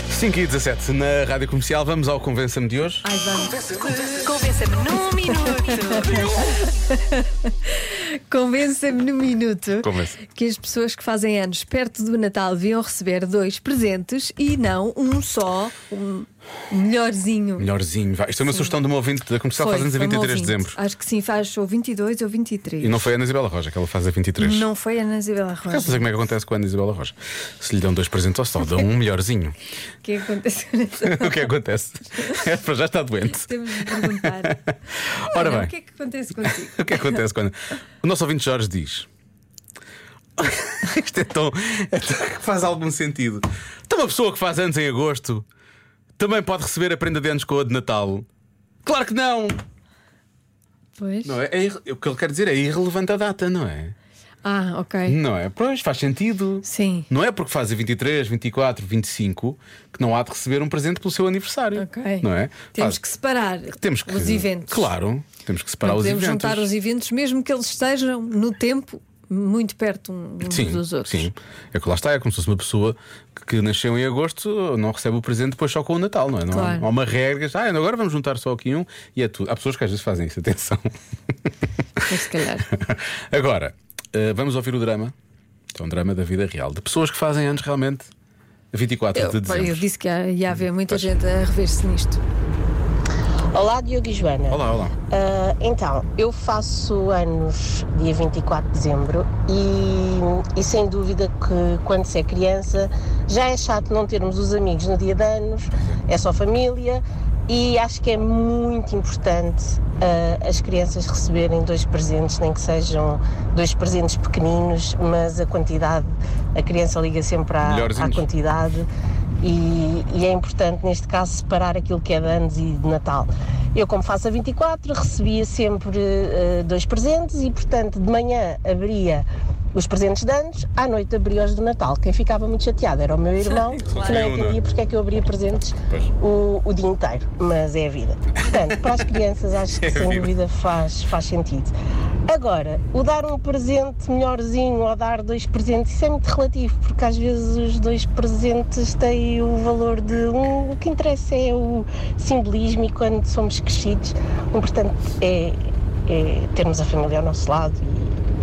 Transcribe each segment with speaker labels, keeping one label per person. Speaker 1: 5 e 17 na Rádio Comercial, vamos ao Convença-me de hoje.
Speaker 2: Ai, vamos.
Speaker 3: Convença-me num minuto.
Speaker 2: Convença-me no minuto
Speaker 1: Convença.
Speaker 2: que as pessoas que fazem anos perto do Natal deviam receber dois presentes e não um só, um melhorzinho.
Speaker 1: Melhorzinho, vai. Isto é uma sugestão de uma ouvinte da Comercial,
Speaker 2: Foi,
Speaker 1: fazemos a
Speaker 2: foi uma
Speaker 1: 23 de
Speaker 2: ouvinte.
Speaker 1: dezembro.
Speaker 2: Acho que sim, faz ou 22 ou 23.
Speaker 1: E não foi a Ana Isabela Roja que ela faz a 23.
Speaker 2: Não foi a Ana Isabela
Speaker 1: Eu Não
Speaker 2: Rocha.
Speaker 1: sei como é que acontece com a Ana Isabela Roja. Se lhe dão dois presentes ou só dão um melhorzinho.
Speaker 2: O que aconteceu nessa
Speaker 1: o que acontece? É, para já está doente.
Speaker 2: Temos de perguntar.
Speaker 1: Ora
Speaker 2: Não,
Speaker 1: bem.
Speaker 2: O que é que acontece contigo?
Speaker 1: O que acontece quando. O nosso ouvinte Jorge diz. Isto é tão. é tão- que faz algum sentido. Então, uma pessoa que faz anos em agosto também pode receber a prenda de anos com a de Natal? Claro que não!
Speaker 2: Pois.
Speaker 1: não é, É irre- o que ele quer dizer é irrelevante a data, não é?
Speaker 2: Ah, ok.
Speaker 1: Não é? Pois, faz sentido.
Speaker 2: Sim.
Speaker 1: Não é porque faz a 23, 24, 25 que não há de receber um presente pelo seu aniversário.
Speaker 2: Ok.
Speaker 1: Não é?
Speaker 2: Temos
Speaker 1: Faz-
Speaker 2: que separar
Speaker 1: temos que-
Speaker 2: os eventos.
Speaker 1: Claro, temos que separar
Speaker 2: Não
Speaker 1: os
Speaker 2: podemos
Speaker 1: eventos.
Speaker 2: juntar os eventos, mesmo que eles estejam no tempo muito perto um- uns
Speaker 1: Sim,
Speaker 2: dos outros.
Speaker 1: sim. É que lá está, é como se fosse uma pessoa que, que nasceu em agosto, não recebe o presente depois só com o Natal, não é? Não, há-
Speaker 2: Claro.
Speaker 1: não há uma regra, ah, agora vamos juntar só aqui um e é tudo. Há pessoas que às vezes fazem isso, atenção.
Speaker 2: Mas se calhar.
Speaker 1: agora, eh, vamos ouvir o drama, que é um drama da vida real, de pessoas que fazem anos realmente a 24
Speaker 2: Eu,
Speaker 1: de
Speaker 2: eu
Speaker 1: dezembro.
Speaker 2: disse que ia ia haver muita gente a rever-se nisto.
Speaker 4: Olá, Diogo e Joana.
Speaker 1: Olá, olá.
Speaker 4: Ah, então, eu faço anos dia 24 de dezembro e, e sem dúvida que quando se é criança já é chato não termos os amigos no dia de anos, é só família e acho que é muito importante ah, as crianças receberem dois presentes, nem que sejam dois presentes pequeninos, mas a quantidade, a criança liga sempre à, à
Speaker 1: Melhorzinhos.
Speaker 4: quantidade e, e é importante neste caso separar aquilo que é de anos e de Natal. Eu, como faço a 24, recebia sempre eh, dois presentes e, portanto, de manhã abria os presentes de anos, à noite abria os de Natal. Quem ficava muito chateado era o meu irmão, que
Speaker 1: tinha um,
Speaker 4: não
Speaker 1: não é?
Speaker 4: entendia porque é que eu abria presentes
Speaker 1: Pois.
Speaker 4: o, o dia inteiro, mas é a vida. Portanto, para as crianças acho que
Speaker 1: É a
Speaker 4: sem
Speaker 1: vida.
Speaker 4: dúvida faz, faz sentido. Agora, o dar um presente melhorzinho ou dar dois presentes, isso é muito relativo, porque às vezes os dois presentes têm o valor de um. O que interessa é o simbolismo e quando somos crescidos, o importante é, é termos a família ao nosso lado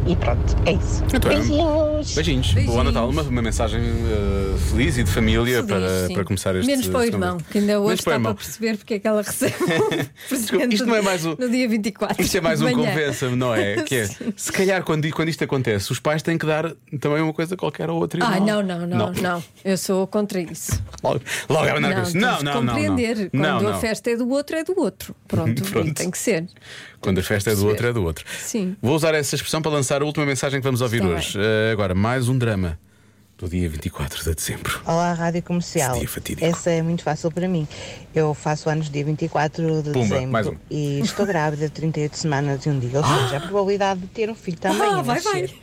Speaker 4: e, e pronto, é isso.
Speaker 1: Então é-
Speaker 4: Beijinhos!
Speaker 1: Beijinhos. Bom
Speaker 2: Beijinhos.
Speaker 1: Natal, uma, uma mensagem eh, feliz e de família
Speaker 2: Feliz,
Speaker 1: para,
Speaker 2: sim.
Speaker 1: para começar este
Speaker 2: Menos para o irmão, que ainda
Speaker 1: Menos
Speaker 2: hoje está
Speaker 1: para o irmão.
Speaker 2: para perceber porque é que ela recebe um presente
Speaker 1: isto não é mais um-
Speaker 2: no dia 24.
Speaker 1: Isto é mais
Speaker 2: de
Speaker 1: um
Speaker 2: manhã.
Speaker 1: convença-me, não é? Que é,
Speaker 2: Sim.
Speaker 1: se calhar quando, quando isto acontece, os pais têm que dar também uma coisa qualquer ou outra.
Speaker 2: Ah, não, não, não, não, Eu sou contra isso.
Speaker 1: Logo, logo é a
Speaker 2: não,
Speaker 1: não,
Speaker 2: temos
Speaker 1: não,
Speaker 2: de
Speaker 1: não, não.
Speaker 2: compreender.
Speaker 1: não.
Speaker 2: Quando
Speaker 1: não,
Speaker 2: a
Speaker 1: não.
Speaker 2: festa é do outro, é do outro. Pronto,
Speaker 1: Pronto.
Speaker 2: e tem que ser.
Speaker 1: Quando a festa é do
Speaker 2: perceber.
Speaker 1: outro, é do outro.
Speaker 2: Sim.
Speaker 1: Vou usar essa expressão para lançar a última mensagem que vamos ouvir
Speaker 2: Está
Speaker 1: hoje. Eh, agora, mais um drama do dia 24 de dezembro.
Speaker 5: Olá, Rádio Comercial.
Speaker 1: Esse dia fatídico.
Speaker 5: Essa é muito fácil para mim. Eu faço anos dia 24 de
Speaker 1: Pumba,
Speaker 5: dezembro
Speaker 1: mais um.
Speaker 5: e estou grávida de 38 semanas e um dia, ou seja, a probabilidade de ter um filho também
Speaker 2: Ah,
Speaker 5: a
Speaker 2: vai, vai.
Speaker 5: nascer.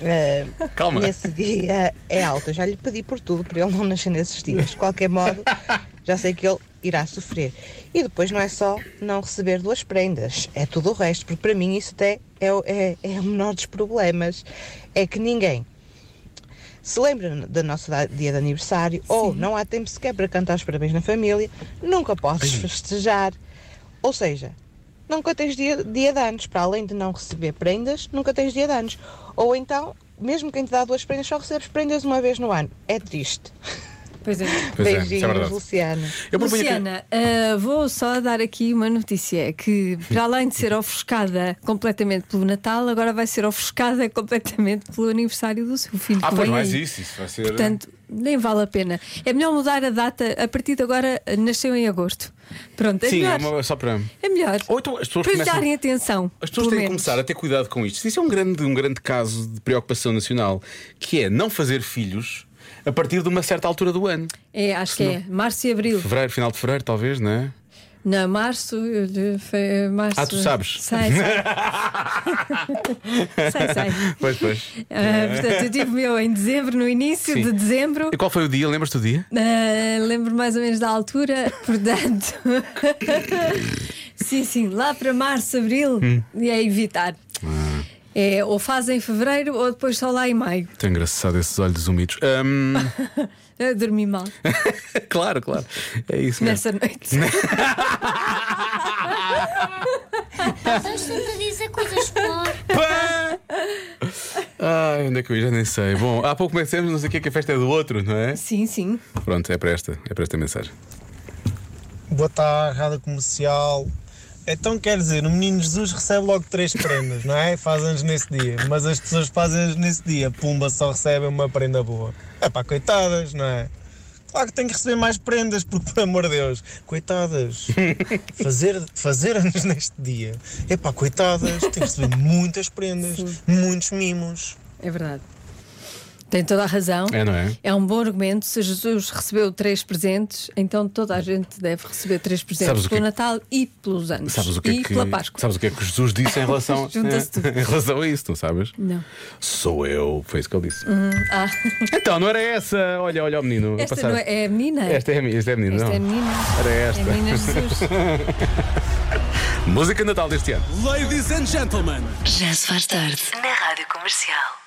Speaker 5: Eh,
Speaker 1: Calma.
Speaker 5: Nesse dia é alto. Eu já lhe pedi por tudo para ele não nascer nesses dias. De qualquer modo, já sei que ele irá sofrer. E depois não é só não receber duas prendas, é tudo o resto, porque para mim isso até é, o- é, é o menor dos problemas. É que ninguém se lembra do nosso da- dia de aniversário ou não há tempo sequer para cantar os parabéns na família, nunca podes
Speaker 1: é.
Speaker 5: festejar. Ou seja, nunca tens dia, dia de anos. Para além de não receber prendas, nunca tens dia de anos. Ou então, mesmo quem te dá duas prendas, só recebes prendas uma vez no ano. É triste.
Speaker 2: Pois é.
Speaker 1: Pois é, isso é
Speaker 5: Beijinhos,
Speaker 1: verdade.
Speaker 5: Luciana.
Speaker 1: Eu proponho que-
Speaker 2: Luciana, ah, vou só dar aqui uma notícia que, para além de ser ofuscada completamente pelo Natal, agora vai ser ofuscada completamente pelo aniversário do seu filho.
Speaker 1: Ah,
Speaker 2: que
Speaker 1: pois
Speaker 2: vem
Speaker 1: mais
Speaker 2: aí.
Speaker 1: isso, é isso vai ser.
Speaker 2: Portanto, nem vale a pena. É melhor mudar a data. A partir de agora, nasceu em agosto. Pronto, é
Speaker 1: Sim, é
Speaker 2: melhor.
Speaker 1: uma, só para.
Speaker 2: É melhor.
Speaker 1: Ou então as pessoas
Speaker 2: para lhe
Speaker 1: começam-
Speaker 2: darem atenção.
Speaker 1: As pessoas
Speaker 2: pelo
Speaker 1: têm que
Speaker 2: menos.
Speaker 1: começar a ter cuidado com isto. Isso é um grande, um grande caso de preocupação nacional, que é não fazer filhos a partir de uma certa altura do ano.
Speaker 2: É, acho que é. Março e abril.
Speaker 1: Fevereiro, final de fevereiro, talvez, não é?
Speaker 2: Não, março. eu- eu- fe- março.
Speaker 1: Ah, tu sabes.
Speaker 2: Sei, sei. sei, sei.
Speaker 1: Pois, pois.
Speaker 2: Ah, portanto, eu tive o meu em dezembro, no início
Speaker 1: É. Sim.
Speaker 2: de dezembro.
Speaker 1: E qual foi o dia? Lembras-te do dia?
Speaker 2: Ah, lembro mais ou menos da altura, portanto.
Speaker 1: Hum. Ah.
Speaker 2: sim, sim, lá para março, abril, e é evitar. É, ou fazem em fevereiro ou depois só lá em maio.
Speaker 1: Tão engraçado esses olhos úmidos. Hum,
Speaker 2: Eu dormi mal
Speaker 1: claro, claro. É isso mesmo.
Speaker 2: nessa noite.
Speaker 6: Estás sempre a dizer coisas piores.
Speaker 1: Pá! Ai, onde é que eu ia? já nem sei. Bom, há pouco começamos, não sei o que é que a festa é do outro, não é?
Speaker 2: Sim, sim.
Speaker 1: Pronto, é para esta, é para esta mensagem.
Speaker 7: Boa tarde, Rádio Comercial. Então quer dizer, o menino Jesus recebe logo três prendas, não é? Faz anos nesse dia. Mas as pessoas que fazem anos nesse dia, pumba, só recebem uma prenda boa. É pá, coitadas, não é? Claro que tem que receber mais prendas, porque por amor de Deus, coitadas. Fazer, fazer anos neste dia. É pá, coitadas, tem que receber muitas prendas, muitos mimos.
Speaker 2: É verdade. Tem toda a razão.
Speaker 1: É, não é?
Speaker 2: É um bom argumento. Se Jesus recebeu três presentes, então toda a gente deve receber três presentes
Speaker 1: Sabes o
Speaker 2: pelo
Speaker 1: que-
Speaker 2: Natal e pelos anos.
Speaker 1: Sabes o que
Speaker 2: e
Speaker 1: é que,
Speaker 2: pela Páscoa.
Speaker 1: sabes o que é que Jesus disse em relação,
Speaker 2: Junta-se tudo.
Speaker 1: em relação a isso, não sabes?
Speaker 2: Não.
Speaker 1: Sou eu, foi isso que ele disse.
Speaker 2: Ah,
Speaker 1: Então, não era essa? Olha, olha o menino. a
Speaker 2: esta
Speaker 1: passar.
Speaker 2: não é, é a menina?
Speaker 1: Esta é a menina, esta é a menina,
Speaker 2: Esta
Speaker 1: não.
Speaker 2: é a menina.
Speaker 1: Era
Speaker 2: É a
Speaker 1: esta.
Speaker 2: menina Jesus.
Speaker 1: Música de Natal deste ano.
Speaker 8: Ladies and gentlemen.
Speaker 3: Já se faz tarde. Na Rádio Comercial.